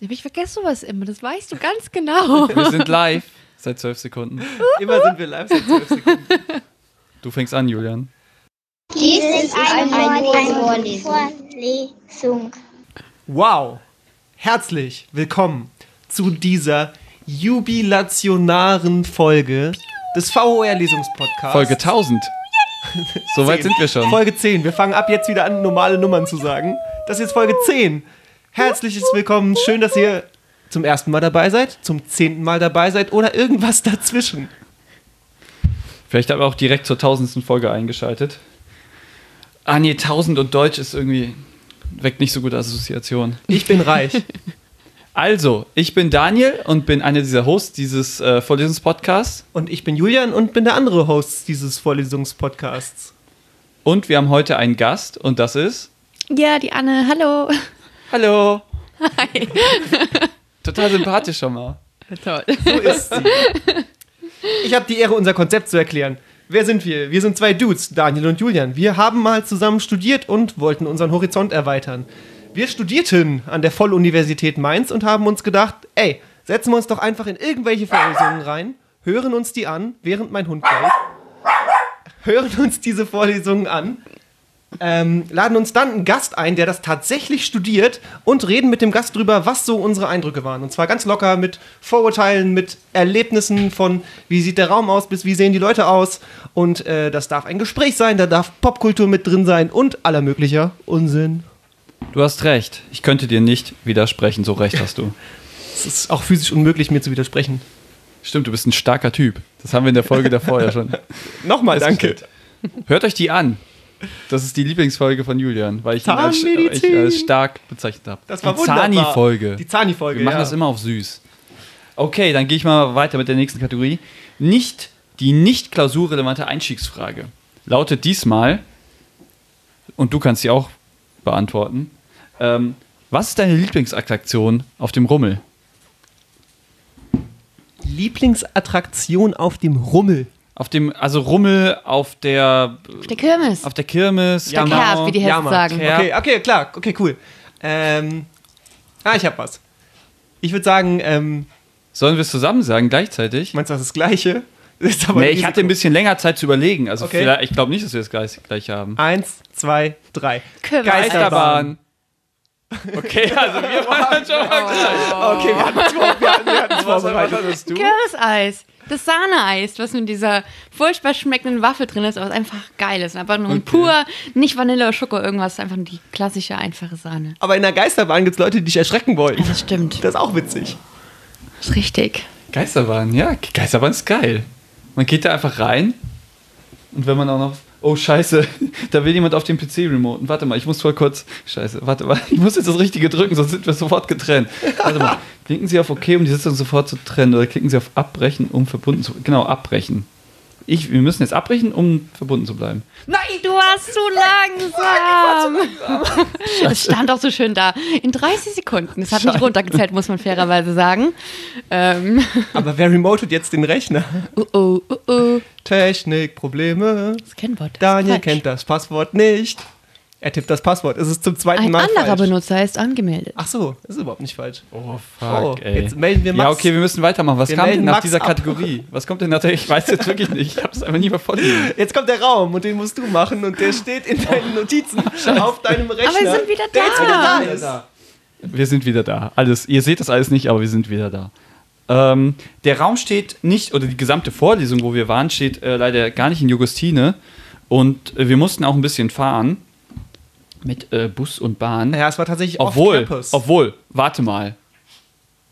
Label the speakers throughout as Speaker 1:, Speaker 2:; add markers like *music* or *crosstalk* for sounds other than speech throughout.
Speaker 1: Ich vergesse sowas immer, das weißt du ganz genau.
Speaker 2: Wir sind live seit zwölf Sekunden.
Speaker 3: Immer sind wir live seit 12 Sekunden.
Speaker 2: Du fängst an, Julian.
Speaker 4: Dies ist eine Vorlesung. Vorlesung.
Speaker 3: Wow! Herzlich willkommen zu dieser jubilationaren Folge des VOR-Lesungspodcasts.
Speaker 2: Folge 1000. Soweit sind wir schon.
Speaker 3: Folge 10. Wir fangen ab jetzt wieder an, normale Nummern zu sagen. Das ist jetzt Folge 10. Herzliches Willkommen. Schön, dass ihr zum ersten Mal dabei seid, zum zehnten Mal dabei seid oder irgendwas dazwischen.
Speaker 2: Vielleicht aber auch direkt zur tausendsten Folge eingeschaltet. Ah nee, 1000 und Deutsch ist irgendwie weckt nicht so gute Assoziationen.
Speaker 3: Ich bin reich.
Speaker 2: Also, ich bin Daniel und bin einer dieser Hosts dieses äh, Vorlesungspodcasts.
Speaker 3: Und ich bin Julian und bin der andere Host dieses Vorlesungspodcasts.
Speaker 2: Und wir haben heute einen Gast und das ist.
Speaker 1: *laughs* ja, die Anne, hallo.
Speaker 2: Hallo! Hi! Total sympathisch schon mal.
Speaker 1: Toll.
Speaker 3: So ist sie. Ich habe die Ehre, unser Konzept zu erklären. Wer sind wir? Wir sind zwei Dudes, Daniel und Julian. Wir haben mal zusammen studiert und wollten unseren Horizont erweitern. Wir studierten an der Volluniversität Mainz und haben uns gedacht, ey, setzen wir uns doch einfach in irgendwelche Vorlesungen rein, hören uns die an, während mein Hund bellt, hören uns diese Vorlesungen an, ähm, laden uns dann einen Gast ein, der das tatsächlich studiert und reden mit dem Gast drüber, was so unsere Eindrücke waren. Und zwar ganz locker mit Vorurteilen, mit Erlebnissen von, wie sieht der Raum aus, bis wie sehen die Leute aus. Und äh, das darf ein Gespräch sein, da darf Popkultur mit drin sein und aller möglicher Unsinn.
Speaker 2: Du hast recht. Ich könnte dir nicht widersprechen, so recht hast du.
Speaker 3: Es ist auch physisch unmöglich, mir zu widersprechen.
Speaker 2: Stimmt, du bist ein starker Typ. Das haben wir in der Folge davor ja
Speaker 3: *laughs*
Speaker 2: schon.
Speaker 3: Nochmal Ah, danke.
Speaker 2: festgestellt. Hört euch die an. Das ist die Lieblingsfolge von Julian, weil ich ihn als, ich
Speaker 3: Zahnmedizin.
Speaker 2: ihn als stark bezeichnet habe.
Speaker 3: Das war
Speaker 2: die
Speaker 3: wunderbar.
Speaker 2: Zani-Folge.
Speaker 3: Die Zani-Folge,
Speaker 2: Wir machen
Speaker 3: ja.
Speaker 2: das immer auf süß. Okay, dann gehe ich mal weiter mit der nächsten Kategorie. Nicht die nicht klausurrelevante Einstiegsfrage lautet diesmal, und du kannst sie auch beantworten, ähm, was ist deine Lieblingsattraktion auf dem Rummel?
Speaker 3: Lieblingsattraktion auf dem Rummel.
Speaker 2: Auf dem, also Rummel auf der,
Speaker 1: Der Kirmes.
Speaker 2: auf der Kirmes,
Speaker 3: Ja,
Speaker 2: genau.
Speaker 1: Kerb, wie die Hessen
Speaker 3: Mann.
Speaker 1: sagen.
Speaker 2: Ja.
Speaker 3: Okay, okay, klar, okay, cool. Ähm, ah, ich hab was. Ich würde sagen, ähm,
Speaker 2: Sollen wir es zusammen sagen gleichzeitig?
Speaker 3: meinst du das, ist das Gleiche? *laughs* Ist aber
Speaker 2: Nee, ich
Speaker 3: Risiko.
Speaker 2: hatte ein bisschen länger Zeit zu überlegen. Also
Speaker 3: Okay.
Speaker 2: vielleicht- ich glaube nicht, dass wir das gleich, gleich haben.
Speaker 3: Eins, zwei, drei.
Speaker 1: Können wir
Speaker 3: Geisterbahn.
Speaker 2: Okay, also wir waren dann schon mal gleich.
Speaker 3: Okay, wir hatten es vor- wir hatten- wir hatten's vorbereitet.
Speaker 2: hattest du?
Speaker 1: Kirmeseis. Das Sahneeis, was mit dieser furchtbar schmeckenden Waffel drin ist, aber es einfach geil ist. Einfach nur ein pur, nicht Vanille oder Schoko, irgendwas. Einfach nur die klassische, einfache Sahne.
Speaker 3: Aber in der Geisterbahn gibt es Leute, die dich erschrecken wollen.
Speaker 1: Das stimmt.
Speaker 3: Das ist auch witzig.
Speaker 1: Das ist richtig.
Speaker 2: Geisterbahn, ja. Geisterbahn ist geil. Man geht da einfach rein und wenn man auch noch. Oh, scheiße, *laughs* da will jemand auf dem PC remoten. Warte mal, ich muss mal kurz. Scheiße, warte mal, *laughs* ich muss jetzt das Richtige drücken, sonst sind wir sofort getrennt. Warte
Speaker 3: *laughs*
Speaker 2: mal, klicken Sie auf OK, um die Sitzung sofort zu trennen oder klicken Sie auf Abbrechen, um verbunden zu. Genau, abbrechen. Ich, wir müssen jetzt abbrechen, um verbunden zu bleiben.
Speaker 1: Nein, du warst zu langsam. *laughs* Es stand auch so schön da. In 30 Sekunden. Es hat nicht runtergezählt, muss man fairerweise sagen. Ähm, *laughs*
Speaker 3: Aber wer remotet jetzt den Rechner? *laughs*
Speaker 1: uh oh, uh oh.
Speaker 3: Technikprobleme.
Speaker 1: Das Kennwort. ist
Speaker 3: Daniel
Speaker 1: falsch.
Speaker 3: kennt das Passwort nicht. Er tippt das Passwort. Es ist zum zweiten
Speaker 1: Ein
Speaker 3: Mal
Speaker 1: anderer
Speaker 3: falsch. Ah.
Speaker 1: Benutzer ist angemeldet.
Speaker 3: Ach so, das ist überhaupt nicht falsch.
Speaker 2: Oh,
Speaker 3: Oh, jetzt melden wir Max.
Speaker 2: Ja, okay, wir müssen weitermachen. Was
Speaker 3: Wir
Speaker 2: kam denn
Speaker 3: melden
Speaker 2: nach
Speaker 3: Max
Speaker 2: dieser
Speaker 3: ab.
Speaker 2: Kategorie? Was kommt denn nach der? Ich weiß jetzt wirklich nicht. Ich habe es einfach nie mehr
Speaker 3: *laughs*
Speaker 2: vorliegen.
Speaker 3: Jetzt kommt der Raum und den musst du machen und der steht in deinen *laughs* Notizen auf deinem Rechner.
Speaker 1: wir sind wieder
Speaker 3: der
Speaker 1: da.
Speaker 3: Jetzt wieder da ist.
Speaker 2: Wir sind wieder da. Alles, ihr seht das alles nicht, aber wir sind wieder da. Ähm, der Raum steht nicht, oder die gesamte Vorlesung, wo wir waren, steht äh, leider gar nicht in Jugostine. Und äh, wir mussten auch ein bisschen fahren mit äh, Bus und Bahn.
Speaker 3: Ja, es war tatsächlich
Speaker 2: Obwohl,
Speaker 3: off campus.
Speaker 2: obwohl, warte mal.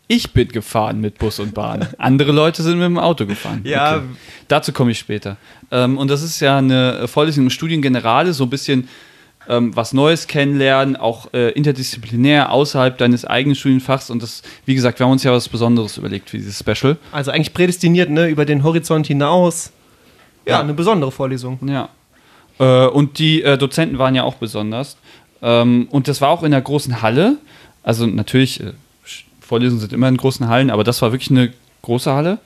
Speaker 2: Ich bin gefahren mit Bus und
Speaker 3: *laughs*
Speaker 2: Bahn. Andere Leute sind mit dem Auto gefahren.
Speaker 3: Ja.
Speaker 2: Dazu komme ich später. Ähm, und das ist ja eine Vorlesung im Studien Generale, so ein bisschen ähm, was Neues kennenlernen, auch äh, interdisziplinär außerhalb deines eigenen Studienfachs. Und das, wie gesagt, wir haben uns ja was Besonderes überlegt für dieses Special.
Speaker 3: Also eigentlich prädestiniert, ne, über den Horizont hinaus. Ja,
Speaker 2: Ja.
Speaker 3: eine besondere Vorlesung.
Speaker 2: Ja. Äh, und die äh, Dozenten waren ja auch besonders. Ähm, und das war auch in der großen Halle. Also natürlich, äh, Sch- Vorlesungen sind immer in großen Hallen, aber das war wirklich eine große Halle.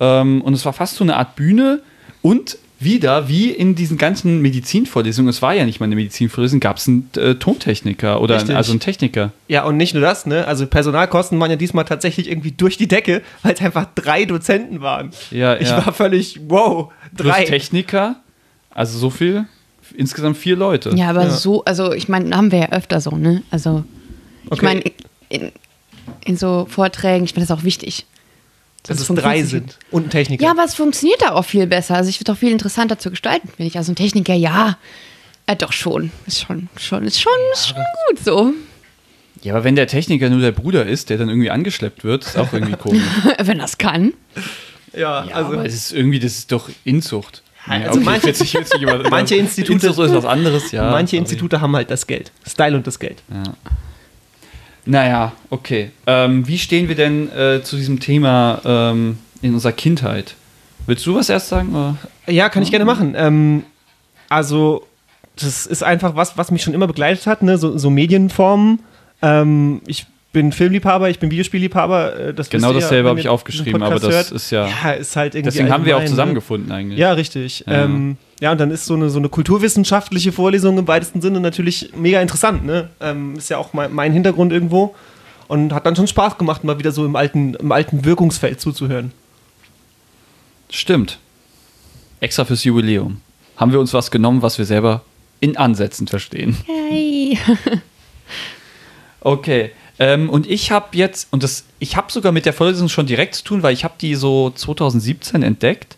Speaker 2: Ähm, und es war fast so eine Art Bühne und wieder, wie in diesen ganzen Medizinvorlesungen, es war ja nicht mal eine Medizinvorlesung, gab es einen äh, Tontechniker oder einen,
Speaker 3: Richtig.
Speaker 2: also einen Techniker.
Speaker 3: Ja, und nicht nur das, ne? Also Personalkosten waren ja diesmal tatsächlich irgendwie durch die Decke, weil es einfach drei Dozenten waren.
Speaker 2: Ja,
Speaker 3: ich
Speaker 2: ja.
Speaker 3: war völlig, wow,
Speaker 2: Plus
Speaker 3: drei.
Speaker 2: Techniker, also so viel, insgesamt vier Leute.
Speaker 1: Ja, aber
Speaker 3: Ja.
Speaker 1: so, also ich meine, haben wir ja öfter so, ne? Also, ich
Speaker 3: Okay.
Speaker 1: meine, in, in so Vorträgen, ich meine, das ist auch wichtig.
Speaker 3: Dass
Speaker 1: Sonst
Speaker 3: es drei
Speaker 1: funktioniert's nicht.
Speaker 3: sind und ein Techniker.
Speaker 1: Ja, aber es funktioniert da auch viel besser. Also ich wird auch viel interessanter zu gestalten, finde ich. Also ein Techniker, ja, äh, doch schon. Ist schon, schon, ist schon, ist schon gut so. *laughs*
Speaker 2: Ja, aber wenn der Techniker nur der Bruder ist, der dann irgendwie angeschleppt wird, ist auch irgendwie komisch.
Speaker 1: Wenn das kann.
Speaker 3: ja,
Speaker 2: ja,
Speaker 3: also
Speaker 2: aber es ist irgendwie, das ist doch Inzucht. Naja,
Speaker 3: also
Speaker 2: okay,
Speaker 3: manche-
Speaker 2: jetzt- jetzt nicht
Speaker 3: *laughs*
Speaker 2: über-
Speaker 3: manche Institute-
Speaker 2: Inzucht ist was anderes, ja.
Speaker 3: manche
Speaker 2: sorry.
Speaker 3: Institute haben halt das Geld. Style und das Geld.
Speaker 2: Naja, okay. Ähm, wie stehen wir denn äh, zu diesem Thema ähm, in unserer Kindheit? Willst du was erst sagen? Oder?
Speaker 3: Ja, kann ich gerne machen. Ähm, also, das ist einfach was, was mich schon immer begleitet hat, ne? so, so Medienformen. Ähm, ich bin Filmliebhaber, ich bin Videospielliebhaber. äh, Das
Speaker 2: Genau
Speaker 3: wisst ihr ja,
Speaker 2: dasselbe
Speaker 3: wenn
Speaker 2: habe ich
Speaker 3: ihr
Speaker 2: aufgeschrieben,
Speaker 3: den Podcast
Speaker 2: aber das ist ja-
Speaker 3: Ja, ist halt irgendwie.
Speaker 2: Deswegen haben wir auch
Speaker 3: allgemein, ne?
Speaker 2: zusammengefunden eigentlich.
Speaker 3: Ja, richtig.
Speaker 2: Ja.
Speaker 3: Ja. Ähm, ja, und dann ist so eine, so eine kulturwissenschaftliche Vorlesung im weitesten Sinne natürlich mega interessant. Ne? Ähm, ist ja auch mein, mein Hintergrund irgendwo. Und hat dann schon Spaß gemacht, mal wieder so im alten, im alten Wirkungsfeld zuzuhören.
Speaker 2: Stimmt. Extra fürs Jubiläum. Haben wir uns was genommen, was wir selber in Ansätzen verstehen.
Speaker 1: Hey.
Speaker 2: Okay. Ähm, und ich habe jetzt, und das, ich habe sogar mit der Vorlesung schon direkt zu tun, weil ich habe die so 2017 entdeckt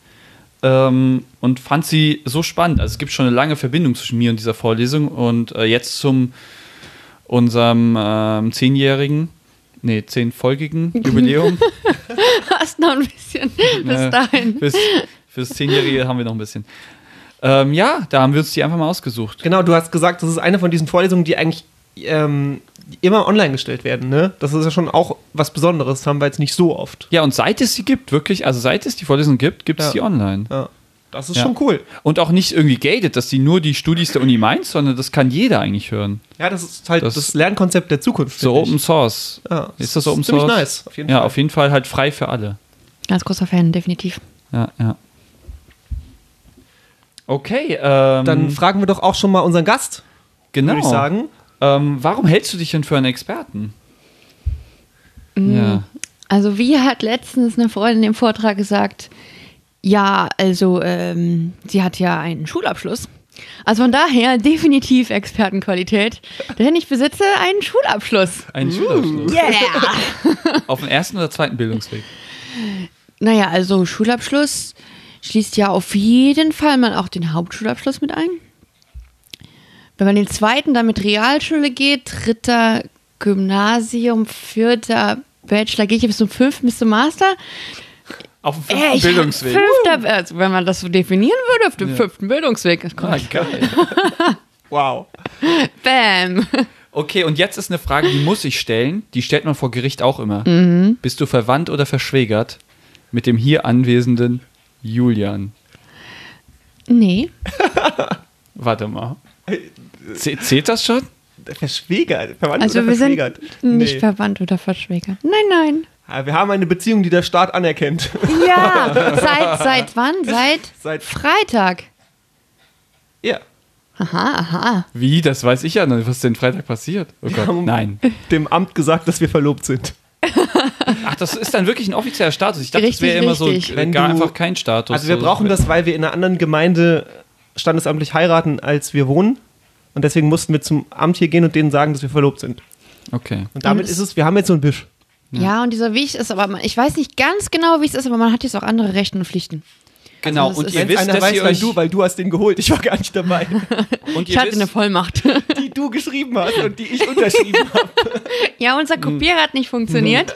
Speaker 2: ähm, und fand sie so spannend. Also es gibt schon eine lange Verbindung zwischen mir und dieser Vorlesung und äh, jetzt zum unserem ähm, zehnjährigen, nee,
Speaker 1: *laughs*
Speaker 2: zehnfolgigen Jubiläum.
Speaker 1: *laughs* Hast noch ein bisschen
Speaker 2: Äh,
Speaker 1: bis dahin.
Speaker 2: Bis, fürs Zehnjährige haben wir noch ein bisschen. Ähm, ja, da haben wir uns die einfach mal ausgesucht.
Speaker 3: Genau, du hast gesagt, das ist eine von diesen Vorlesungen, die eigentlich ähm, immer online gestellt werden. Ne? Das ist ja schon auch was Besonderes, haben wir jetzt nicht so oft.
Speaker 2: Ja, und seit es sie gibt, wirklich, also seit es die Vorlesung gibt, gibt es
Speaker 3: Ja.
Speaker 2: die online.
Speaker 3: Ja. Das ist
Speaker 2: Ja.
Speaker 3: schon cool.
Speaker 2: Und auch nicht irgendwie gated, dass die nur die Studis der Uni Mainz, sondern das kann jeder eigentlich hören.
Speaker 3: Ja, das ist halt
Speaker 2: Das-
Speaker 3: das, Lernkonzept der Zukunft.
Speaker 2: So
Speaker 3: finde ich.
Speaker 2: Open Source.
Speaker 3: Ja,
Speaker 2: Ist das Open
Speaker 3: ziemlich
Speaker 2: Source?
Speaker 3: nice, auf jeden
Speaker 2: ja,
Speaker 3: Fall.
Speaker 2: auf jeden Fall halt frei für alle.
Speaker 1: Ganz großer Fan, definitiv.
Speaker 2: Ja, ja. Okay, ähm,
Speaker 3: Dann fragen wir doch auch schon mal unseren Gast,
Speaker 2: genau.
Speaker 3: würde ich sagen.
Speaker 2: Ähm, warum hältst du dich denn für einen Experten?
Speaker 1: Mm.
Speaker 2: Ja.
Speaker 1: Also wie hat letztens eine Freundin im Vortrag gesagt, ja, also ähm, sie hat ja einen Schulabschluss. Also von daher definitiv Expertenqualität, denn ich besitze einen Schulabschluss.
Speaker 3: Mm.
Speaker 2: Ein Schulabschluss.
Speaker 1: Yeah!
Speaker 2: *laughs* Auf dem ersten oder zweiten Bildungsweg?
Speaker 1: naja, also Schulabschluss schließt ja auf jeden Fall man auch den Hauptschulabschluss mit ein. Wenn man den zweiten dann mit Realschule geht, dritter Gymnasium, vierter Bachelor, gehe ich bis zum fünften, bis zum Master,
Speaker 2: Auf dem
Speaker 1: Äh,
Speaker 2: fünften
Speaker 1: ich-
Speaker 2: Bildungsweg.
Speaker 1: Fünfter, also wenn man das so definieren würde, auf dem fünften Bildungsweg. Das
Speaker 2: Ah,
Speaker 1: kommt.
Speaker 2: geil.
Speaker 3: Wow.
Speaker 1: Bam.
Speaker 2: Okay, und jetzt ist eine Frage, die muss ich stellen. Die stellt man vor Gericht auch immer.
Speaker 1: Mhm.
Speaker 2: Bist du verwandt oder verschwägert mit dem hier anwesenden Julian?
Speaker 1: *laughs* Nee.
Speaker 2: Warte mal. Z zählt das schon?
Speaker 3: Verschwägert. Verwandt
Speaker 1: Also
Speaker 3: oder
Speaker 1: wir sind
Speaker 3: verschwägert?
Speaker 1: nicht
Speaker 3: Nee.
Speaker 1: verwandt oder verschwägert. Nein, nein.
Speaker 3: Ah, Wir haben eine Beziehung, die der Staat anerkennt. *laughs*
Speaker 1: Ja. seit, seit wann? Seit,
Speaker 3: Seit-
Speaker 1: Freitag.
Speaker 3: ja.
Speaker 1: Aha, aha.
Speaker 2: Wie? Das weiß ich ja noch. nicht, Was denn Freitag passiert? Oh Gott,
Speaker 3: haben-
Speaker 2: nein.
Speaker 3: Dem Amt gesagt, dass wir verlobt sind.
Speaker 2: Ach, das ist dann wirklich ein offizieller Status. Ich dachte, das
Speaker 1: Richtig,
Speaker 2: wäre immer so
Speaker 1: richtig.
Speaker 2: äh,
Speaker 3: Wenn
Speaker 2: gar
Speaker 3: du-
Speaker 2: einfach kein Status.
Speaker 3: Also wir
Speaker 2: So-
Speaker 3: brauchen das, weil wir in einer anderen Gemeinde standesamtlich heiraten, als wir wohnen. Und deswegen mussten wir zum Amt hier gehen und denen sagen, dass wir verlobt sind.
Speaker 2: Okay.
Speaker 3: Und damit
Speaker 1: Und
Speaker 3: ist es, wir haben jetzt so einen Bisch.
Speaker 1: Ja. und dieser Weg ist aber, man- ich weiß nicht ganz genau, wie es ist, aber man hat jetzt auch andere Rechte und Pflichten.
Speaker 2: Genau.
Speaker 1: das
Speaker 2: und
Speaker 1: ist-
Speaker 2: ihr
Speaker 1: Wenn's
Speaker 2: wisst, dass ihr
Speaker 3: weil
Speaker 2: euch.
Speaker 3: du, weil du hast den geholt. Ich war gar nicht dabei.
Speaker 2: und
Speaker 1: Ich
Speaker 2: ihr
Speaker 1: hatte eine
Speaker 2: wisst,
Speaker 1: Vollmacht.
Speaker 3: die du geschrieben hast und die ich
Speaker 2: *laughs*
Speaker 3: unterschrieben habe.
Speaker 1: *laughs* ja, unser Kopierer hat nicht funktioniert.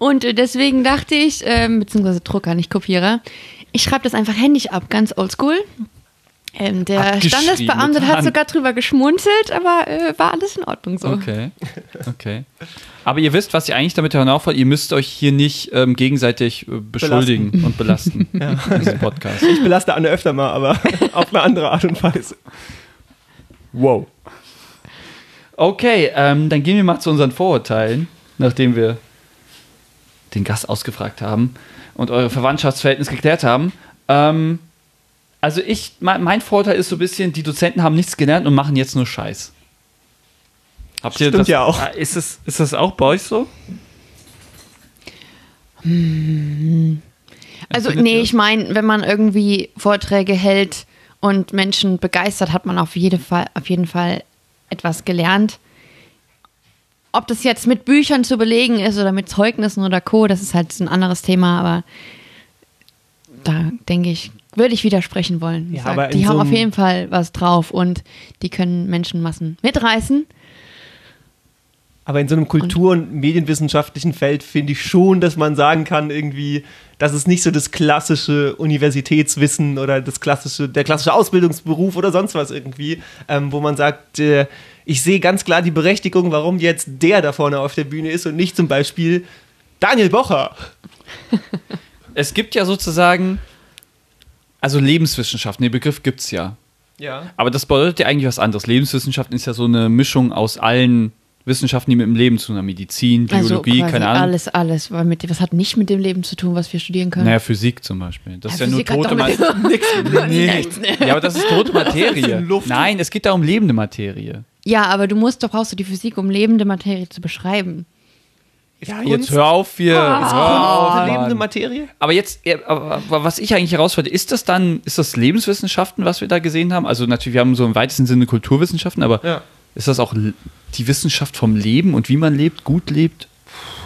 Speaker 1: Und äh, deswegen dachte ich, ähm, beziehungsweise Drucker, nicht Kopierer, ich schreibe das einfach händisch ab, ganz oldschool. Ähm, der
Speaker 2: Abgeschrieben
Speaker 1: Standesbeamte
Speaker 2: mit
Speaker 1: hat
Speaker 2: Hand.
Speaker 1: sogar drüber geschmunzelt, aber äh, war alles in Ordnung so.
Speaker 3: Oh.
Speaker 2: Okay. Okay. Aber ihr wisst, was ihr eigentlich damit hinauf wollt. Ihr müsst euch hier nicht ähm, gegenseitig äh, beschuldigen und
Speaker 3: *laughs*
Speaker 2: belasten. Diesen Podcast.
Speaker 3: Ich belaste Anne öfter mal, aber *laughs* auf eine andere Art und Weise.
Speaker 2: Wow. Okay, ähm, dann gehen wir mal zu unseren Vorurteilen, nachdem wir den Gast ausgefragt haben und eure Verwandtschaftsverhältnis geklärt haben. Ähm, Also ich, mein, mein Vorteil ist so ein bisschen, die Dozenten haben nichts gelernt und machen jetzt nur Scheiß. Habt ihr
Speaker 3: Stimmt
Speaker 2: das?
Speaker 3: ja auch.
Speaker 2: Ah, Ist das, ist das auch bei euch so?
Speaker 1: Also,
Speaker 2: Empfindet
Speaker 1: nee,
Speaker 2: ihr-
Speaker 1: ich meine, wenn man irgendwie Vorträge hält und Menschen begeistert, hat man auf, jede Fall, auf jeden Fall etwas gelernt. Ob das jetzt mit Büchern zu belegen ist oder mit Zeugnissen oder Co., das ist halt ein anderes Thema, aber da denke ich, würde ich widersprechen wollen.
Speaker 3: Ja,
Speaker 1: Sag,
Speaker 3: aber in
Speaker 1: die haben
Speaker 3: so
Speaker 1: auf
Speaker 3: einem-
Speaker 1: jeden Fall was drauf und die können Menschenmassen mitreißen.
Speaker 3: Aber in so einem
Speaker 1: Kultur-
Speaker 3: Kultur- und medienwissenschaftlichen Feld finde ich schon, dass man sagen kann, irgendwie, das ist nicht so das klassische Universitätswissen oder das klassische, der klassische Ausbildungsberuf oder sonst was irgendwie, ähm, wo man sagt, äh, ich sehe ganz klar die Berechtigung, warum jetzt der da vorne auf der Bühne ist und nicht zum Beispiel Daniel Bocher.
Speaker 2: Es gibt ja sozusagen, also Lebenswissenschaften, den Begriff gibt es ja.
Speaker 3: Ja.
Speaker 2: Aber das bedeutet ja eigentlich was anderes. Lebenswissenschaften ist ja so eine Mischung aus allen Wissenschaften, die mit dem Leben zu tun haben. Medizin, Biologie,
Speaker 1: Also quasi
Speaker 2: keine Ahnung.
Speaker 1: Alles, alles. Weil mit, was hat nicht mit dem Leben zu tun, was wir studieren können?
Speaker 2: Naja, Physik zum Beispiel. Das
Speaker 1: Ja,
Speaker 2: ist ja nur
Speaker 1: Physik hat
Speaker 2: tote
Speaker 1: doch mit-
Speaker 2: Materie.
Speaker 1: *laughs*
Speaker 2: *laughs*
Speaker 1: Nichts, ne?
Speaker 2: Ja, aber das ist
Speaker 1: *laughs*
Speaker 2: tote Materie. Nein, es geht da um lebende Materie.
Speaker 1: Ja, aber du musst, doch brauchst du die Physik, um lebende Materie zu beschreiben.
Speaker 3: Ja,
Speaker 2: Jetzt hör auf hier.
Speaker 1: Ah.
Speaker 2: Jetzt hör auf,
Speaker 3: auf.
Speaker 2: Mann.
Speaker 3: Lebende Materie?
Speaker 2: Aber jetzt, ja, aber, aber was ich eigentlich herausfinde, ist das dann, ist das Lebenswissenschaften, was wir da gesehen haben? Also natürlich, wir haben so im weitesten Sinne Kulturwissenschaften, aber
Speaker 3: Ja.
Speaker 2: ist das auch l- die Wissenschaft vom Leben und wie man lebt, gut lebt?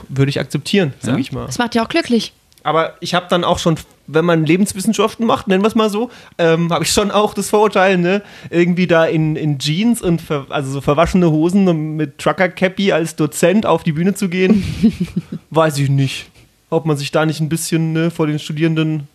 Speaker 3: Würde ich akzeptieren, sage
Speaker 2: Ja.
Speaker 3: ich mal.
Speaker 1: Das macht ja auch
Speaker 3: *laughs*
Speaker 1: glücklich.
Speaker 3: Aber ich habe dann auch schon, wenn man Lebenswissenschaften macht, nennen wir es mal so, ähm, habe ich schon auch das Vorurteil, ne? Irgendwie da in, in Jeans und ver, also so verwaschene Hosen und mit Trucker-Cappy als Dozent auf die Bühne zu gehen,
Speaker 2: *laughs*
Speaker 3: weiß ich nicht. Ob man sich da nicht ein bisschen ne, vor den Studierenden.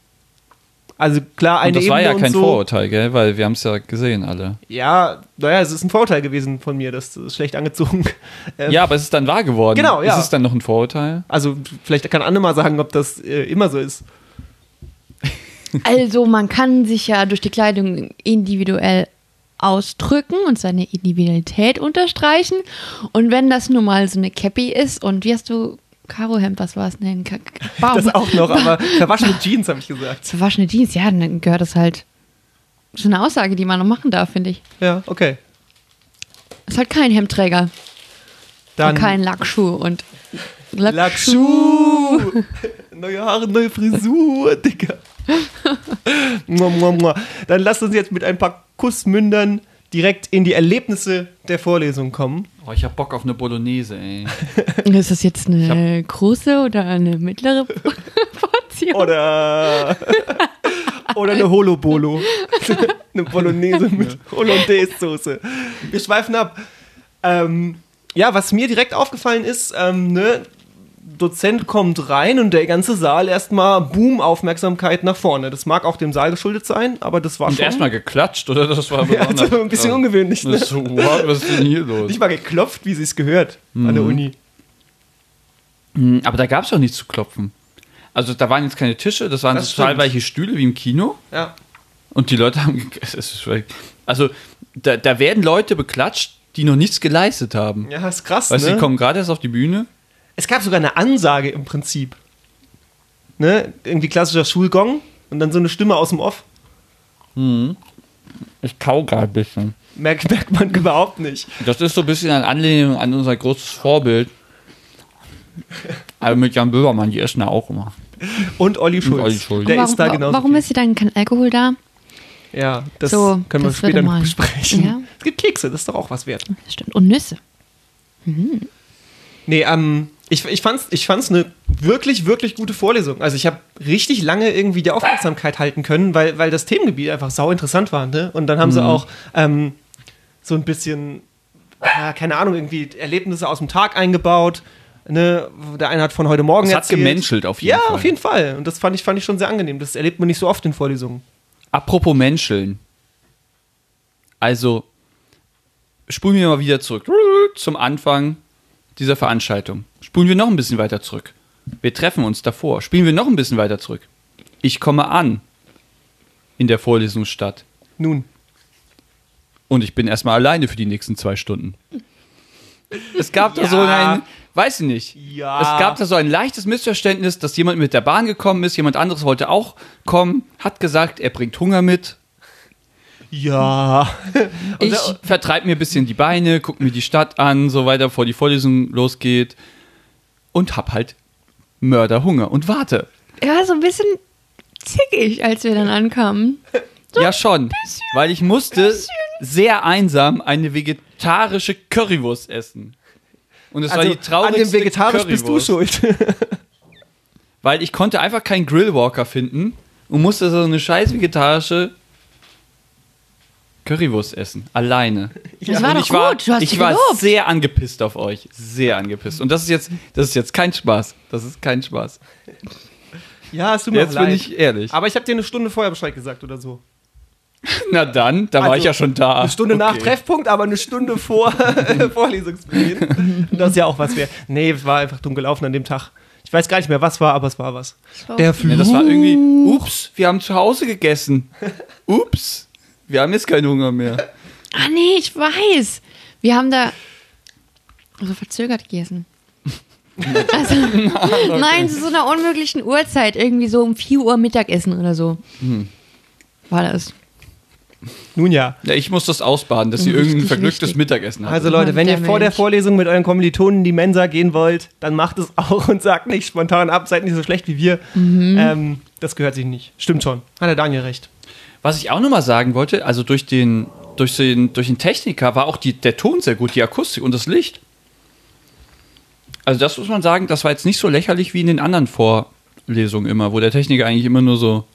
Speaker 3: Also klar, eine
Speaker 2: und das
Speaker 3: Ebene
Speaker 2: war ja
Speaker 3: und
Speaker 2: kein
Speaker 3: so.
Speaker 2: Vorurteil, gell? Weil wir haben es ja gesehen alle.
Speaker 3: Ja, naja, es ist ein Vorurteil gewesen von mir, das ist schlecht angezogen. *laughs* Ähm,
Speaker 2: Ja, aber es ist dann wahr geworden.
Speaker 3: Genau, ja.
Speaker 2: Ist es dann noch ein Vorurteil?
Speaker 3: Also vielleicht kann Anne mal sagen, ob das äh, immer so ist.
Speaker 1: Also man kann sich ja durch die Kleidung individuell ausdrücken und seine Individualität unterstreichen. Und wenn das nun mal so eine Cappy ist und wie hast du Karohemd, was war es denn? Ka-
Speaker 3: *laughs*
Speaker 1: Ka- Baum.
Speaker 3: Das auch noch, aber verwaschene Jeans, habe ich gesagt.
Speaker 1: Verwaschene Jeans, ja, dann gehört das halt. Schon eine Aussage, die man noch machen darf, finde ich.
Speaker 3: Ja, okay.
Speaker 1: Ist halt kein Hemdträger
Speaker 3: Dann
Speaker 1: und kein Lackschuh und
Speaker 3: Lackschuh. *laughs* neue Haare, neue Frisur, Digga. *laughs* Mua, mua, mua. Dann lasst uns jetzt mit ein paar Kussmündern direkt in die Erlebnisse der Vorlesung kommen.
Speaker 2: Oh, ich hab Bock auf eine Bolognese, ey.
Speaker 1: Ist das jetzt eine große oder eine
Speaker 3: *laughs*
Speaker 1: mittlere Portion?
Speaker 3: Oder, oder eine Holobolo. eine Bolognese mit Hollandaise-Soße. Wir schweifen ab. Ähm, ja, was mir direkt aufgefallen ist, ähm, ne, Dozent kommt rein und der ganze Saal erstmal Boom Aufmerksamkeit nach vorne. Das mag auch dem Saal geschuldet sein, aber das war
Speaker 2: Und
Speaker 3: schon
Speaker 2: erstmal geklatscht, oder? Das war
Speaker 3: Ja, das war ein bisschen ungewöhnlich, ne?
Speaker 2: Das ist so, what, was ist denn hier los?
Speaker 3: nicht mal geklopft, wie sie es gehört an der Uni.
Speaker 2: Mhm, Aber da gab es auch nichts zu klopfen. Also da waren jetzt keine Tische, das waren
Speaker 3: Das
Speaker 2: so
Speaker 3: stimmt.
Speaker 2: zahlreiche Stühle wie im Kino.
Speaker 3: Ja.
Speaker 2: Und die Leute haben. ge- *laughs* Es ist verrückt. also da, da werden Leute beklatscht, die noch nichts geleistet haben.
Speaker 3: Ja, ist krass,
Speaker 2: weißt du,
Speaker 3: ne?
Speaker 2: die kommen gerade erst auf die Bühne.
Speaker 3: Es gab sogar eine Ansage im Prinzip. Ne? Irgendwie klassischer Schulgong und dann so eine Stimme aus dem Off.
Speaker 2: Ich kau gerade ein bisschen.
Speaker 3: Merkt, merkt man *laughs* überhaupt nicht.
Speaker 2: Das ist so ein bisschen eine Anlehnung an unser großes
Speaker 3: *laughs*
Speaker 2: Vorbild. Aber mit Jan Böhmermann, die essen ja auch immer.
Speaker 3: Und Olli Schulz.
Speaker 2: Olli Schulz.
Speaker 3: Der
Speaker 1: warum,
Speaker 3: ist da genauso.
Speaker 1: Warum
Speaker 3: viel.
Speaker 1: ist hier dann kein Alkohol da?
Speaker 3: Ja, das
Speaker 1: So,
Speaker 3: können wir
Speaker 1: das
Speaker 3: später
Speaker 1: würde
Speaker 3: noch
Speaker 1: mal-
Speaker 3: besprechen.
Speaker 1: Ja.
Speaker 3: Es gibt Kekse, das ist doch auch was wert.
Speaker 1: Das stimmt. Und Nüsse.
Speaker 3: Nee, ähm, ich, ich, fand's, ich fand's eine wirklich, wirklich gute Vorlesung. Also ich habe richtig lange irgendwie die Aufmerksamkeit halten können, weil, weil das Themengebiet einfach sau interessant war. Ne? Und dann haben
Speaker 2: Mhm.
Speaker 3: sie auch ähm, so ein bisschen, ja, keine Ahnung, irgendwie Erlebnisse aus dem Tag eingebaut. Ne? Der eine hat von heute Morgen
Speaker 2: Es hat
Speaker 3: erzählt.
Speaker 2: gemenschelt auf jeden
Speaker 3: ja,
Speaker 2: Fall.
Speaker 3: Ja, auf jeden Fall. Und das fand ich, fand ich schon sehr angenehm. Das erlebt man nicht so oft in Vorlesungen.
Speaker 2: Apropos Menscheln. Also, spulen wir mal wieder zurück zum Anfang dieser Veranstaltung. Spulen wir noch ein bisschen weiter zurück. Wir treffen uns davor. Spielen wir noch ein bisschen weiter zurück. Ich komme an in der Vorlesungsstadt
Speaker 3: Nun,
Speaker 2: und ich bin erstmal alleine für die nächsten zwei Stunden. Es gab da
Speaker 3: Ja.
Speaker 2: so ein, weiß ich nicht.
Speaker 3: Ja.
Speaker 2: Es gab da so ein leichtes Missverständnis, dass jemand mit der Bahn gekommen ist, jemand anderes wollte auch kommen, hat gesagt, er bringt Hunger mit.
Speaker 3: Ja.
Speaker 2: Und
Speaker 1: Ich-
Speaker 2: da- vertreib mir ein bisschen die Beine, guck mir die Stadt an, so weiter, bevor die Vorlesung losgeht. Und hab halt Mörderhunger und warte.
Speaker 1: Er war so ein bisschen zickig, als wir dann ankamen.
Speaker 2: ja, schon. weil ich musste sehr einsam eine vegetarische Currywurst essen. Und es war die
Speaker 3: Also, an
Speaker 2: traurigste
Speaker 3: dem Vegetarisch bist du
Speaker 2: Currywurst.
Speaker 3: schuld. *laughs*
Speaker 2: Weil ich konnte einfach keinen Grillwalker finden und musste so eine scheiß vegetarische Currywurst essen.
Speaker 3: *laughs*
Speaker 2: Alleine.
Speaker 1: Das war
Speaker 2: und
Speaker 1: doch
Speaker 2: ich war,
Speaker 1: gut, du hast
Speaker 2: Ich
Speaker 1: sie
Speaker 2: war
Speaker 1: gelobt.
Speaker 2: sehr angepisst auf euch. Sehr angepisst. Und das ist jetzt, das ist jetzt kein Spaß. Das ist kein Spaß. *laughs*
Speaker 3: ja, es tut mir
Speaker 2: Jetzt
Speaker 3: auch leid.
Speaker 2: bin ich ehrlich.
Speaker 3: Aber ich habe dir eine Stunde vorher Bescheid gesagt oder so.
Speaker 2: Na dann, da war
Speaker 3: Also,
Speaker 2: ich ja schon da.
Speaker 3: Eine Stunde nach Treffpunkt, aber eine Stunde vor *laughs* äh, Vorlesungsbeginn. Das ist ja auch was wert. Nee, es war einfach dumm gelaufen an dem Tag. Ich weiß gar nicht mehr, was war, aber es war was.
Speaker 1: war-
Speaker 3: Der Fluch.
Speaker 2: Ja, das war irgendwie, ups, wir haben zu Hause gegessen. Ups, wir haben jetzt keinen Hunger mehr.
Speaker 1: Ah, nee, ich weiß. Wir haben da so verzögert
Speaker 3: *laughs*
Speaker 1: gegessen. also,
Speaker 3: Ah,
Speaker 1: Nein, zu so einer unmöglichen Uhrzeit, irgendwie so um 4 Uhr Mittagessen oder so.
Speaker 3: Hm.
Speaker 1: War das.
Speaker 3: Nun ja.
Speaker 2: Ja, ich muss das ausbaden, dass sie
Speaker 1: Richtig,
Speaker 2: irgendein verglücktes
Speaker 1: richtig.
Speaker 2: Mittagessen hat.
Speaker 3: Also Leute, wenn
Speaker 1: Der
Speaker 3: ihr vor der
Speaker 1: Mensch.
Speaker 3: Vorlesung mit euren Kommilitonen in die Mensa gehen wollt, dann macht es auch und sagt nicht spontan ab, seid nicht so schlecht wie wir. Ähm, das gehört sich nicht. Stimmt schon. Hat der Daniel recht.
Speaker 2: Was ich auch nochmal sagen wollte, also durch den, durch den, durch den Techniker war auch die, der Ton sehr gut, die Akustik und das Licht. Also das muss man sagen, das war jetzt nicht so lächerlich wie in den anderen Vorlesungen immer, wo der Techniker eigentlich immer nur so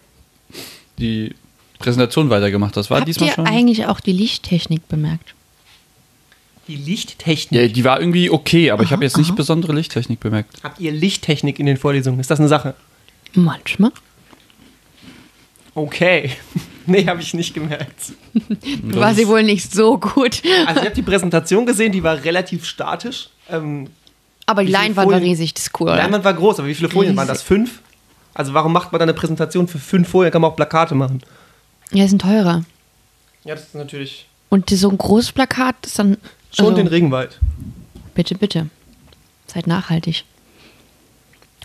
Speaker 2: die Präsentation weitergemacht hat. Das war
Speaker 1: Habt
Speaker 2: diesmal
Speaker 1: ihr
Speaker 2: schon.
Speaker 1: eigentlich auch die Lichttechnik bemerkt?
Speaker 3: Die Lichttechnik.
Speaker 2: Ja, die war irgendwie okay, aber ich habe jetzt nicht besondere Lichttechnik bemerkt.
Speaker 3: Habt ihr Lichttechnik in den Vorlesungen? Ist das eine Sache?
Speaker 1: Manchmal.
Speaker 3: Okay. *laughs* nee, habe ich nicht gemerkt.
Speaker 1: War sie wohl nicht so gut.
Speaker 3: Also ich habe die Präsentation gesehen, die war relativ statisch. Ähm,
Speaker 1: Aber die
Speaker 3: Wie viele
Speaker 1: Leinwand war
Speaker 3: Folien?
Speaker 1: riesig, das ist cool.
Speaker 3: die
Speaker 1: oder?
Speaker 3: Leinwand war groß, aber wie viele Folien waren das? Fünf? Also warum macht man da eine Präsentation für fünf Folien? Kann man auch Plakate machen.
Speaker 1: Ja, die sind teurer.
Speaker 3: Ja, das ist natürlich...
Speaker 1: Und die- so ein großes Plakat ist dann.
Speaker 3: Schon
Speaker 1: also,
Speaker 3: den Regenwald.
Speaker 1: Bitte, bitte. Seid nachhaltig.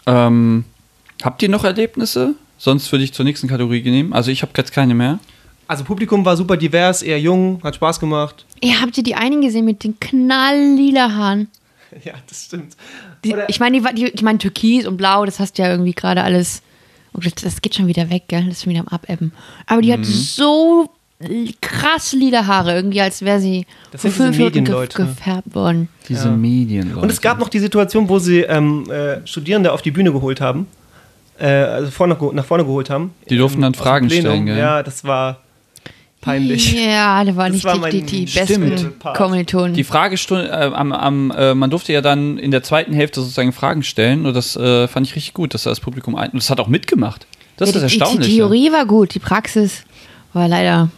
Speaker 2: Ähm, habt ihr noch Erlebnisse? Sonst würde ich zur nächsten Kategorie nehmen. Also ich habe jetzt keine mehr.
Speaker 3: Also Publikum war super divers, eher jung, hat Spaß gemacht.
Speaker 1: Ja, habt ihr die einen gesehen mit den knalllila Haaren?
Speaker 3: *laughs* Ja, das stimmt.
Speaker 1: Die,
Speaker 3: Oder-
Speaker 1: ich meine, die, war- die, ich meine, Türkis und Blau, das hast du ja irgendwie gerade alles. Und das, das geht schon wieder weg, gell? Das ist schon wieder am Abebben. Aber die
Speaker 3: Mhm.
Speaker 1: hat so l- krass lila Haare, irgendwie, als wäre sie
Speaker 3: Das
Speaker 1: vor
Speaker 3: sind diese
Speaker 1: fünf Minuten ge
Speaker 3: Medienleute. ne?
Speaker 1: gefärbt worden.
Speaker 2: Diese Medien.
Speaker 3: Und es gab noch die Situation, wo sie ähm, äh, Studierende auf die Bühne geholt haben. Äh, also vorne, ge- nach vorne geholt haben.
Speaker 2: Die durften dann
Speaker 3: aus dem
Speaker 2: Fragen
Speaker 3: Plenum.
Speaker 2: stellen, gell?
Speaker 3: Ja, das war peinlich.
Speaker 1: Ja, da waren
Speaker 3: Das
Speaker 1: nicht
Speaker 3: war
Speaker 1: die,
Speaker 3: mein-
Speaker 1: die, die
Speaker 3: Stimmt.
Speaker 1: besten Kommilitonen.
Speaker 2: Die Fragestunde, äh, am, am, äh, man durfte ja dann in der zweiten Hälfte sozusagen Fragen stellen und das äh, fand ich richtig gut, dass da das Publikum ein. Und das hat auch mitgemacht. Das
Speaker 1: Ja,
Speaker 2: ist
Speaker 1: die-
Speaker 2: erstaunlich.
Speaker 1: Die, die Theorie war gut, die Praxis war leider.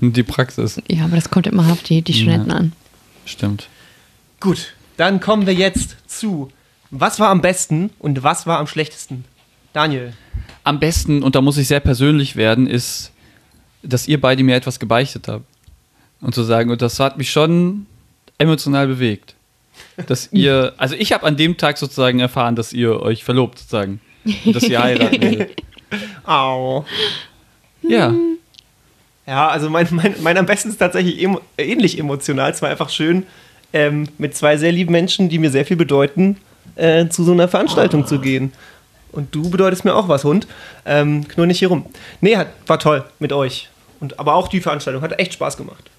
Speaker 2: Die Praxis.
Speaker 1: Ja, aber das kommt immer auf die, die Studenten an.
Speaker 2: Stimmt.
Speaker 3: Gut, dann kommen wir jetzt zu. Was war am besten und was war am schlechtesten? Daniel.
Speaker 2: Am besten, und da muss ich sehr persönlich werden, ist, dass ihr beide mir etwas gebeichtet habt. Und zu sagen, und das hat mich schon emotional bewegt. Dass
Speaker 1: *laughs*
Speaker 2: ihr, also ich habe an dem Tag sozusagen erfahren, dass ihr euch verlobt, sozusagen. Und dass
Speaker 1: *laughs*
Speaker 2: ihr heiraten werdet.
Speaker 3: Au.
Speaker 2: Ja.
Speaker 3: Ja, also mein, mein, mein am besten ist tatsächlich emo äh, ähnlich emotional. Es war einfach schön, ähm, mit zwei sehr lieben Menschen, die mir sehr viel bedeuten, äh, zu so einer Veranstaltung zu gehen. Und du bedeutest mir auch was, Hund. Ähm, knurr nicht hier rum. Nee, hat, war toll mit euch. Und, aber auch die Veranstaltung hat echt Spaß gemacht.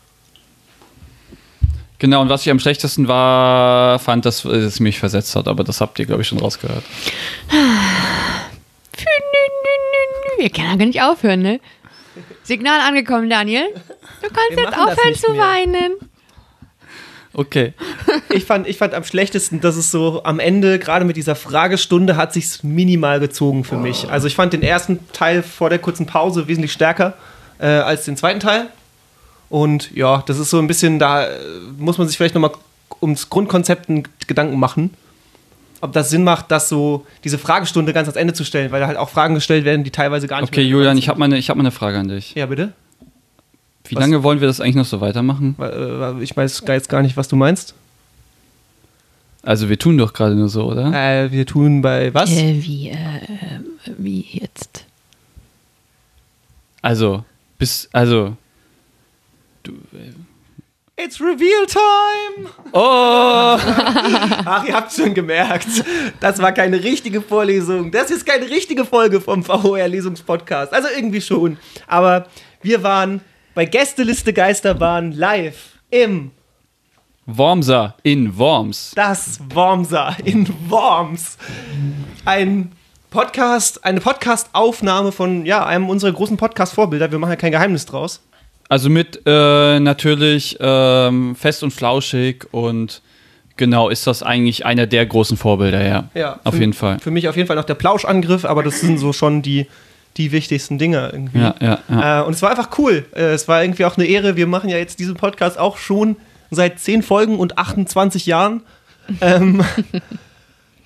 Speaker 2: Genau, und was ich am schlechtesten war, fand, dass es mich versetzt hat, aber das habt ihr, glaube ich, schon rausgehört.
Speaker 1: Wir können ja gar nicht aufhören, ne? Signal angekommen, Daniel. Du kannst
Speaker 3: Wir
Speaker 1: jetzt
Speaker 3: machen das
Speaker 1: aufhören
Speaker 3: nicht
Speaker 1: zu
Speaker 3: mehr.
Speaker 1: weinen.
Speaker 2: Okay.
Speaker 3: Ich fand, ich fand am schlechtesten, dass es so am Ende, gerade mit dieser Fragestunde, hat sich's minimal gezogen für mich. Also ich fand den ersten Teil vor der kurzen Pause wesentlich stärker äh, als den zweiten Teil. Und ja, das ist so ein bisschen, da äh, muss man sich vielleicht nochmal ums Grundkonzept einen Gedanken machen, ob das Sinn macht, das so, diese Fragestunde ganz ans Ende zu stellen, weil da halt auch Fragen gestellt werden, die teilweise gar nicht
Speaker 2: Okay,
Speaker 3: mehr-
Speaker 2: Julian, ich habe mal, eine- ich hab mal eine Frage an dich.
Speaker 3: Ja, bitte?
Speaker 2: Wie
Speaker 3: Was?
Speaker 2: lange wollen wir das eigentlich noch so weitermachen?
Speaker 3: Weil, äh, Ich weiß jetzt gar nicht, was du meinst.
Speaker 2: Also, wir tun doch gerade nur so, oder?
Speaker 3: Äh, wir tun bei was?
Speaker 1: Äh, wie, äh, äh, wie jetzt?
Speaker 2: Also, bis, also, Du,
Speaker 3: It's Reveal Time!
Speaker 2: oh!
Speaker 3: *laughs* Ach, ihr habt schon gemerkt, das war keine richtige Vorlesung. Das ist keine richtige Folge vom VHR-Lesungspodcast. Also irgendwie schon. Aber wir waren bei Gästeliste Geisterbahn live im
Speaker 2: Wormser in Worms.
Speaker 3: Das Wormser in Worms. Ein Podcast, eine Podcast-Aufnahme von ja, einem unserer großen Podcast-Vorbilder. Wir machen ja kein Geheimnis draus.
Speaker 2: Also mit äh, natürlich ähm, fest und flauschig und genau ist das eigentlich einer der großen Vorbilder, ja. auf
Speaker 3: für,
Speaker 2: jeden Fall.
Speaker 3: Für mich auf jeden Fall noch der Plauschangriff, aber das sind so schon die, die wichtigsten Dinge irgendwie.
Speaker 2: Ja, ja, ja.
Speaker 3: Äh, und es war einfach cool. Äh, es war irgendwie auch eine Ehre. Wir machen ja jetzt diesen Podcast auch schon seit 10 Folgen und 28 Jahren. Ähm, *laughs*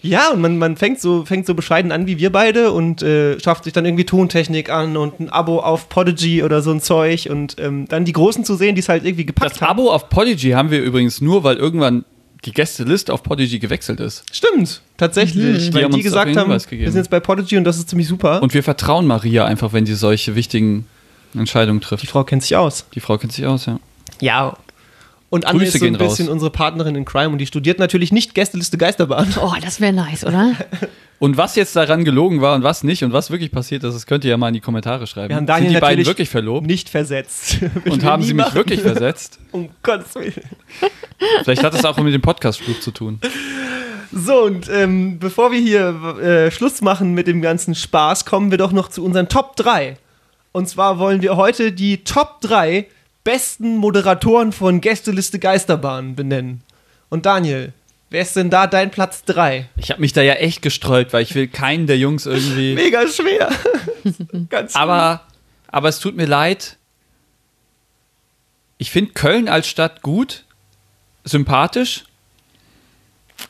Speaker 3: ja, und man, man fängt, so, fängt so bescheiden an wie wir beide und äh, schafft sich dann irgendwie Tontechnik an und ein Abo auf Podigy oder so ein Zeug und ähm, dann die Großen zu sehen, die es halt irgendwie gepackt
Speaker 2: Das
Speaker 3: haben.
Speaker 2: Abo auf Podigy haben wir übrigens nur, weil irgendwann die Gästeliste auf Podigy gewechselt ist.
Speaker 3: Stimmt, tatsächlich.
Speaker 2: Die
Speaker 3: weil
Speaker 2: haben uns
Speaker 3: die
Speaker 2: auf
Speaker 3: gesagt
Speaker 2: jeden
Speaker 3: haben,
Speaker 2: Hinweis gegeben.
Speaker 3: wir sind jetzt bei Podigy und das ist ziemlich super.
Speaker 2: Und wir vertrauen Maria einfach, wenn sie solche wichtigen Entscheidungen trifft.
Speaker 3: die
Speaker 2: Die,
Speaker 3: Frau kennt sich aus.
Speaker 2: Frau kennt sich aus, ja.
Speaker 3: Ja. Und Anne
Speaker 2: Grüße
Speaker 3: ist so ein
Speaker 2: gehen raus.
Speaker 3: bisschen unsere Partnerin in Crime und die studiert natürlich nicht Gästeliste Geisterbahn. *laughs*
Speaker 1: Oh, das wäre nice, oder?
Speaker 2: Und was jetzt daran gelogen war und was nicht und was wirklich passiert ist, das könnt ihr ja mal in die Kommentare schreiben.
Speaker 3: Wir haben Daniel
Speaker 2: Sind die beiden
Speaker 3: natürlich
Speaker 2: wirklich verlobt
Speaker 3: Nicht versetzt. *laughs*
Speaker 2: und haben sie mich wirklich
Speaker 3: versetzt?
Speaker 2: versetzt?
Speaker 3: Um Gottes Willen.
Speaker 2: Vielleicht hat das auch mit dem Podcast-Flug zu tun.
Speaker 3: So, und ähm, bevor wir hier äh, Schluss machen mit dem ganzen Spaß, kommen wir doch noch zu unseren Top 3. Und zwar wollen wir heute die Top 3 besten Moderatoren von Gästeliste Geisterbahn benennen. Und Daniel, wer ist denn da dein Platz 3?
Speaker 2: Ich habe mich da ja echt gesträubt, weil ich will keinen der Jungs irgendwie.
Speaker 3: Mega schwer. *laughs* Ganz
Speaker 2: Aber, aber es tut mir leid. Ich finde Köln als Stadt gut, sympathisch.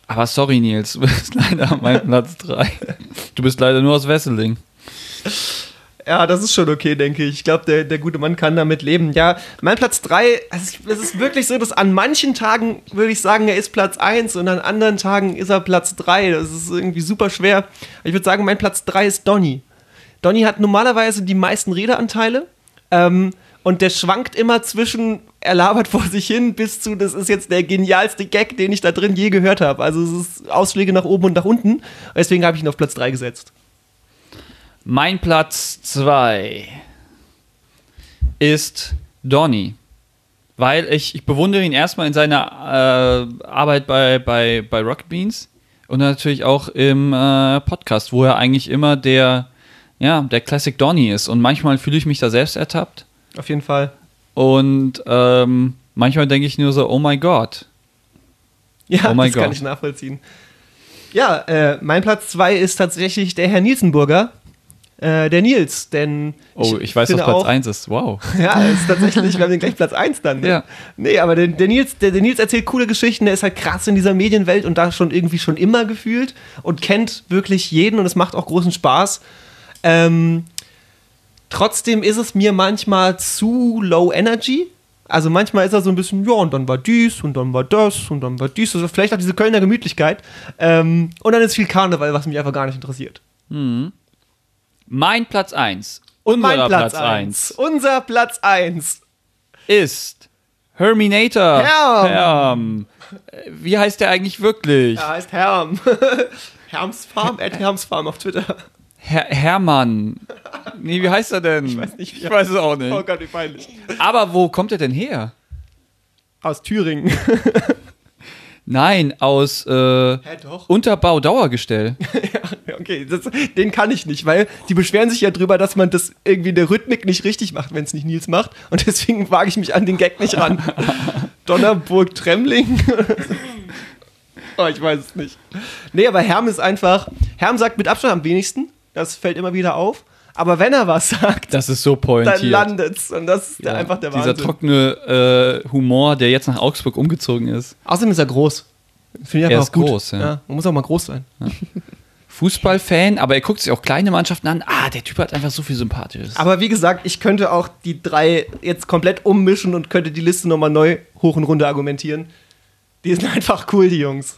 Speaker 2: Aber sorry, Nils, du bist *laughs* leider mein Platz 3. Du bist leider nur aus Wesseling.
Speaker 3: Ja, das ist schon okay, denke ich. Ich glaube, der, der gute Mann kann damit leben. Ja, mein Platz 3, also ich- es ist wirklich so, dass an manchen Tagen würde ich sagen, er ist Platz 1 und an anderen Tagen ist er Platz 3. Das ist irgendwie super schwer. Aber Ich würde sagen, mein Platz 3 ist Donny. Donny hat normalerweise die meisten Redeanteile ähm, und der schwankt immer zwischen, er labert vor sich hin, bis zu, das ist jetzt der genialste Gag, den ich da drin je gehört habe. Also es ist Ausschläge nach oben und nach unten. Deswegen habe ich ihn auf Platz 3 gesetzt.
Speaker 2: Mein Platz 2 ist Donny. Weil ich, ich bewundere ihn erstmal in seiner äh, Arbeit bei, bei, bei Rocket Beans und natürlich auch im äh, Podcast, wo er eigentlich immer der, ja, der Classic Donny ist. Und manchmal fühle ich mich da selbst ertappt.
Speaker 3: Auf jeden Fall.
Speaker 2: Und ähm, manchmal denke ich nur so, oh mein Gott.
Speaker 3: Ja,
Speaker 2: Oh mein
Speaker 3: das kann
Speaker 2: Gott.
Speaker 3: ich nachvollziehen. Ja, äh, mein Platz 2 ist tatsächlich der Herr Nielsenburger. Äh, der Nils, denn.
Speaker 2: Oh, ich weiß, was
Speaker 3: finde
Speaker 2: Platz
Speaker 3: auch-
Speaker 2: 1 ist.
Speaker 3: *laughs*
Speaker 2: Wow.
Speaker 3: Ja, ist tatsächlich, wir haben den gleich Platz 1 dann. Ne?
Speaker 2: Ja.
Speaker 3: Nee, aber der, der, Nils, der, der Nils erzählt coole Geschichten, der ist halt krass in dieser Medienwelt und da schon irgendwie schon immer gefühlt und kennt wirklich jeden und es macht auch großen Spaß. Ähm, trotzdem ist es mir manchmal zu low energy. Also manchmal ist er so ein bisschen, ja, und dann war dies, und dann war das, und dann war dies. Also vielleicht auch diese Kölner Gemütlichkeit. Ähm, und dann ist viel Karneval, was mich einfach gar nicht interessiert.
Speaker 2: Mein Platz 1. Und
Speaker 3: eins. Unser Platz 1.
Speaker 2: ist Herminator.
Speaker 3: Herm.
Speaker 2: Herm. Äh, Wie heißt der eigentlich wirklich?
Speaker 3: Er heißt Herm. *laughs* Herms Farm, at Herms Farm auf Twitter.
Speaker 2: Her Hermann. Nee, wie heißt er denn? Ich weiß,
Speaker 3: nicht, wie
Speaker 2: ich
Speaker 3: er-
Speaker 2: weiß es auch
Speaker 3: Oh
Speaker 2: nicht.
Speaker 3: Gott, wie peinlich.
Speaker 2: Aber wo kommt er denn her?
Speaker 3: Aus *laughs* Thüringen.
Speaker 2: Nein, aus äh,
Speaker 3: doch.
Speaker 2: Unterbau Dauergestell.
Speaker 3: Okay, das, den kann ich nicht, weil die beschweren sich ja drüber, dass man das irgendwie in der Rhythmik nicht richtig macht, wenn es nicht Nils macht. Und deswegen wage ich mich an den Gag nicht
Speaker 2: *laughs*
Speaker 3: ran. Donnerburg Tremling. *laughs* oh, ich weiß es nicht. Nee, aber Herm ist einfach. Herm sagt mit Abstand am wenigsten. Das fällt immer wieder auf. Aber wenn er was sagt,
Speaker 2: Das ist so
Speaker 3: dann
Speaker 2: pointiert.
Speaker 3: landet's. Und das ist der,
Speaker 2: Ja,
Speaker 3: einfach der
Speaker 2: Dieser
Speaker 3: Wahnsinn.
Speaker 2: trockene äh, Humor, der jetzt nach Augsburg umgezogen ist.
Speaker 3: Außerdem ist er groß. Finde ich
Speaker 2: Er
Speaker 3: einfach
Speaker 2: ist
Speaker 3: auch gut.
Speaker 2: groß, ja.
Speaker 3: Man muss auch mal groß sein.
Speaker 2: Fußballfan, aber er guckt sich auch kleine Mannschaften an. Ah, der Typ hat einfach so viel Sympathisches.
Speaker 3: Aber wie gesagt, ich könnte auch die drei jetzt komplett ummischen und könnte die Liste nochmal neu hoch und runter argumentieren. Die sind *laughs* einfach cool, die Jungs.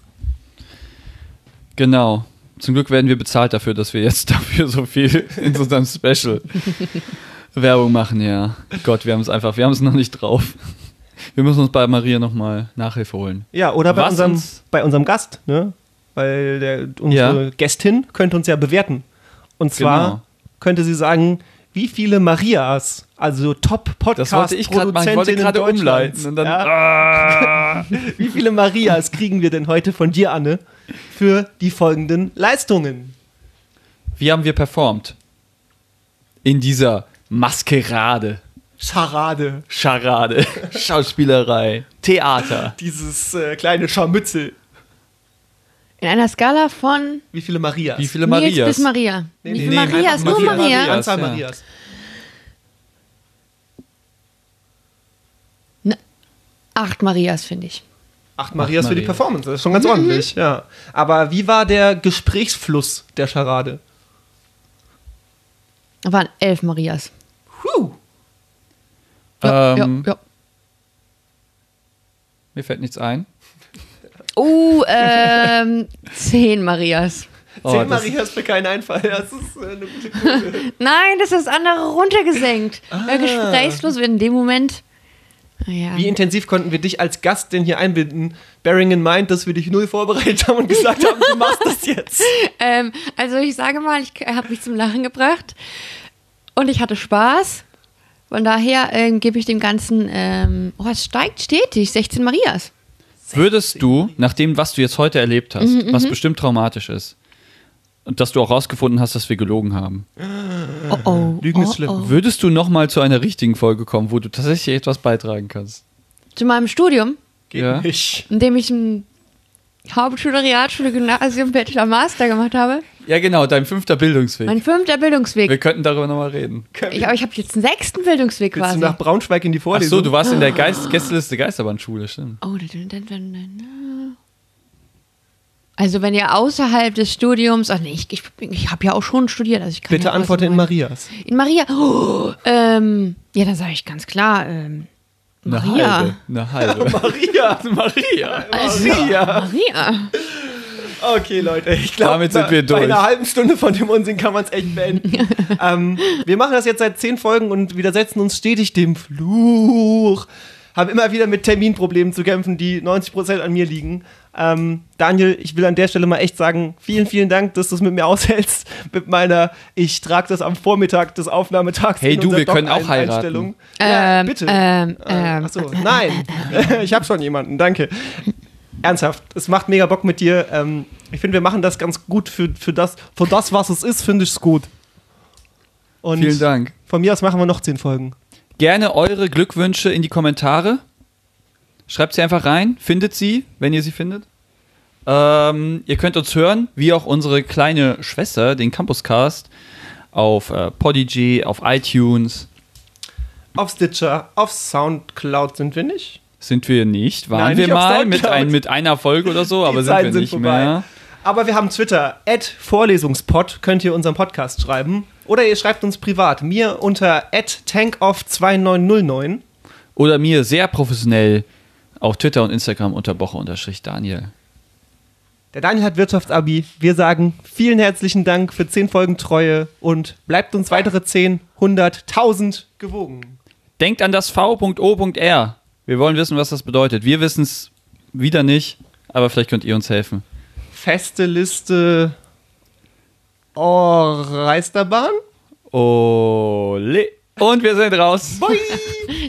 Speaker 2: Genau. *laughs*
Speaker 1: *laughs*
Speaker 2: Zum Glück werden wir bezahlt dafür, dass wir jetzt dafür so viel in so einem Special Werbung machen, ja. Gott, wir haben es einfach, wir haben es noch nicht drauf. Wir müssen uns bei Maria nochmal Nachhilfe holen.
Speaker 3: Ja, oh. oder bei
Speaker 2: Was
Speaker 3: unserem,
Speaker 2: uns-
Speaker 3: bei unserem Gast, ne? Weil der, unsere
Speaker 2: Ja.
Speaker 3: Gästin könnte uns ja bewerten. Und zwar
Speaker 2: Genau.
Speaker 3: könnte sie sagen, wie viele Marias, also
Speaker 2: Das wollte ich gerade machen. Ich wollte
Speaker 3: Top-Podcast-Produzentinnen
Speaker 2: gerade
Speaker 3: Deutschlands,
Speaker 2: umleiten. Und dann,
Speaker 3: ja?
Speaker 2: ah.
Speaker 3: *laughs* wie viele Marias kriegen wir denn heute von dir, Anne, für die folgenden Leistungen?
Speaker 2: Wie haben wir performt? In dieser Maskerade,
Speaker 3: Scharade,
Speaker 2: Scharade, Schauspielerei, Theater.
Speaker 3: dieses äh, kleine Scharmützel.
Speaker 1: In einer Skala von
Speaker 3: Wie viele Marias?
Speaker 2: Wie viele
Speaker 1: Nils
Speaker 2: Marias?
Speaker 1: bis Maria.
Speaker 3: Nee,
Speaker 1: Wie
Speaker 3: nee,
Speaker 1: viele
Speaker 3: nee,
Speaker 1: Marias?
Speaker 2: einfach
Speaker 1: Nur
Speaker 2: Maria.
Speaker 1: Maria.
Speaker 2: Maria.
Speaker 3: Anzahl
Speaker 2: ja.
Speaker 3: Marias.
Speaker 1: Acht Marias, finde ich.
Speaker 3: Acht Marias für
Speaker 2: Marias.
Speaker 3: die
Speaker 2: Mhm.
Speaker 3: Performance, das ist schon ganz ordentlich, ja. Aber wie war der Gesprächsfluss der Scharade?
Speaker 1: Da waren elf Marias.
Speaker 3: Puh.
Speaker 1: Ja,
Speaker 2: Ähm,
Speaker 1: ja, ja.
Speaker 2: Mir fällt nichts ein.
Speaker 1: Oh, *laughs* ähm, zehn Marias.
Speaker 2: Oh, das-
Speaker 3: Zehn Marias für keinen Einfall. Das ist äh, eine
Speaker 1: *laughs*
Speaker 3: gute
Speaker 1: Nein, das ist das andere runtergesenkt.
Speaker 3: Ah.
Speaker 1: Äh, Gesprächslos wird in dem Moment. Ja.
Speaker 3: Wie intensiv konnten wir dich als Gast denn hier einbinden? Bearing in mind, dass wir dich null vorbereitet haben und gesagt haben, du machst das
Speaker 2: *laughs*
Speaker 3: jetzt.
Speaker 1: Ähm, also ich sage mal, ich habe mich zum Lachen gebracht und ich hatte Spaß. Von daher ähm, gebe ich dem Ganzen, ähm, oh, es steigt stetig, 16 Marias.
Speaker 2: Würdest du, nach dem, was du jetzt heute erlebt hast,
Speaker 1: Mhm,
Speaker 2: was bestimmt traumatisch ist, und dass du auch rausgefunden hast, dass wir gelogen haben,
Speaker 1: Oh, oh,
Speaker 3: Äh, Lügen ist
Speaker 1: oh,
Speaker 3: schlimm.
Speaker 1: Oh.
Speaker 2: würdest du nochmal zu einer richtigen Folge kommen, wo du tatsächlich etwas beitragen kannst?
Speaker 1: Zu meinem Studium,
Speaker 3: Geht
Speaker 2: Ja.
Speaker 3: nicht.
Speaker 1: in dem ich ein Hauptschule, Realschule, Gymnasium, Bachelor, Master gemacht habe,
Speaker 2: Ja, genau, dein fünfter Bildungsweg.
Speaker 1: mein fünfter Bildungsweg.
Speaker 2: wir könnten darüber nochmal reden.
Speaker 1: Ich, aber ich habe jetzt einen sechsten Bildungsweg
Speaker 3: Willst
Speaker 1: quasi.
Speaker 3: du nach Braunschweig in die
Speaker 2: Ach so,
Speaker 3: Vorlesung?
Speaker 2: du warst in
Speaker 1: Ah.
Speaker 2: der Geist Gästeliste Geisterbahnschule, stimmt.
Speaker 1: Oh, dann- dann- dann- dann- dann- Also wenn ihr außerhalb des Studiums, ach nee, ich, ich, ich habe ja auch schon studiert, also ich kann
Speaker 3: Bitte
Speaker 1: ja
Speaker 3: antworte in
Speaker 1: Maria.
Speaker 3: Marias.
Speaker 1: In Maria. Oh, ähm, ja, dann sage ich ganz klar, ähm,
Speaker 2: Eine
Speaker 1: Maria.
Speaker 2: halbe. Eine
Speaker 3: *laughs*
Speaker 2: halbe.
Speaker 3: Maria!
Speaker 2: Maria.
Speaker 3: Maria!
Speaker 1: Maria.
Speaker 3: Okay, Leute, ich glaube,
Speaker 2: Damit sind wir durch.
Speaker 3: bei einer halben Stunde von dem Unsinn kann man es echt beenden. ähm, wir machen das jetzt seit zehn Folgen und widersetzen uns stetig dem Fluch. Haben immer wieder mit Terminproblemen zu kämpfen, die 90% an mir liegen. Ähm, Daniel, ich will an der Stelle mal echt sagen, vielen, vielen Dank, dass du es mit mir aushältst. Mit meiner, ich trage das am Vormittag des Aufnahmetags.
Speaker 2: Hey,
Speaker 3: in
Speaker 2: du,
Speaker 3: unser
Speaker 2: wir
Speaker 3: Doc
Speaker 2: können auch
Speaker 3: ein-
Speaker 2: heiraten.
Speaker 3: Einstellung. ja,
Speaker 1: Ähm,
Speaker 3: *laughs* bitte.
Speaker 1: ähm, ähm,
Speaker 3: Achso,
Speaker 1: *laughs*
Speaker 3: nein, *laughs* ich habe schon jemanden, danke. Ernsthaft, es macht mega Bock mit dir. Ähm, ich finde, wir machen das ganz gut für, für, das, für das, was es ist, finde ich es gut. Und
Speaker 2: Vielen Dank.
Speaker 3: Von mir aus machen wir noch zehn Folgen.
Speaker 2: Gerne eure Glückwünsche in die Kommentare. Schreibt sie einfach rein, findet sie, wenn ihr sie findet. Ähm, ihr könnt uns hören, wie auch unsere kleine Schwester, den Campuscast, auf äh, Podigy, auf iTunes.
Speaker 3: Auf Stitcher, auf Soundcloud sind wir nicht.
Speaker 2: Sind wir nicht, waren
Speaker 3: Nein,
Speaker 2: wir
Speaker 3: nicht auf
Speaker 2: mal mit,
Speaker 3: Soundcloud.
Speaker 2: ein, mit einer Folge oder so, aber sind
Speaker 3: Zeiten
Speaker 2: wir
Speaker 3: sind
Speaker 2: nicht
Speaker 3: vorbei.
Speaker 2: mehr.
Speaker 3: Aber wir haben Twitter, at Vorlesungspod, könnt ihr unseren Podcast schreiben. Oder ihr schreibt uns privat, mir unter at tankoff2909.
Speaker 2: Oder mir sehr professionell auf Twitter und Instagram unter Woche-Daniel.
Speaker 3: Der Daniel hat Wirtschaftsabi. Wir sagen vielen herzlichen Dank für 10 Folgen Treue und bleibt uns weitere 10, 100, 1000 gewogen.
Speaker 2: Denkt an das V.O.R. Wir wollen wissen, was das bedeutet. Wir wissen es wieder nicht, aber vielleicht könnt ihr uns helfen.
Speaker 3: Feste Liste. Oh, Reisterbahn?
Speaker 2: Ole. Und wir sind raus.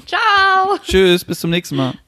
Speaker 1: Ciao.
Speaker 2: Tschüss, bis zum nächsten Mal.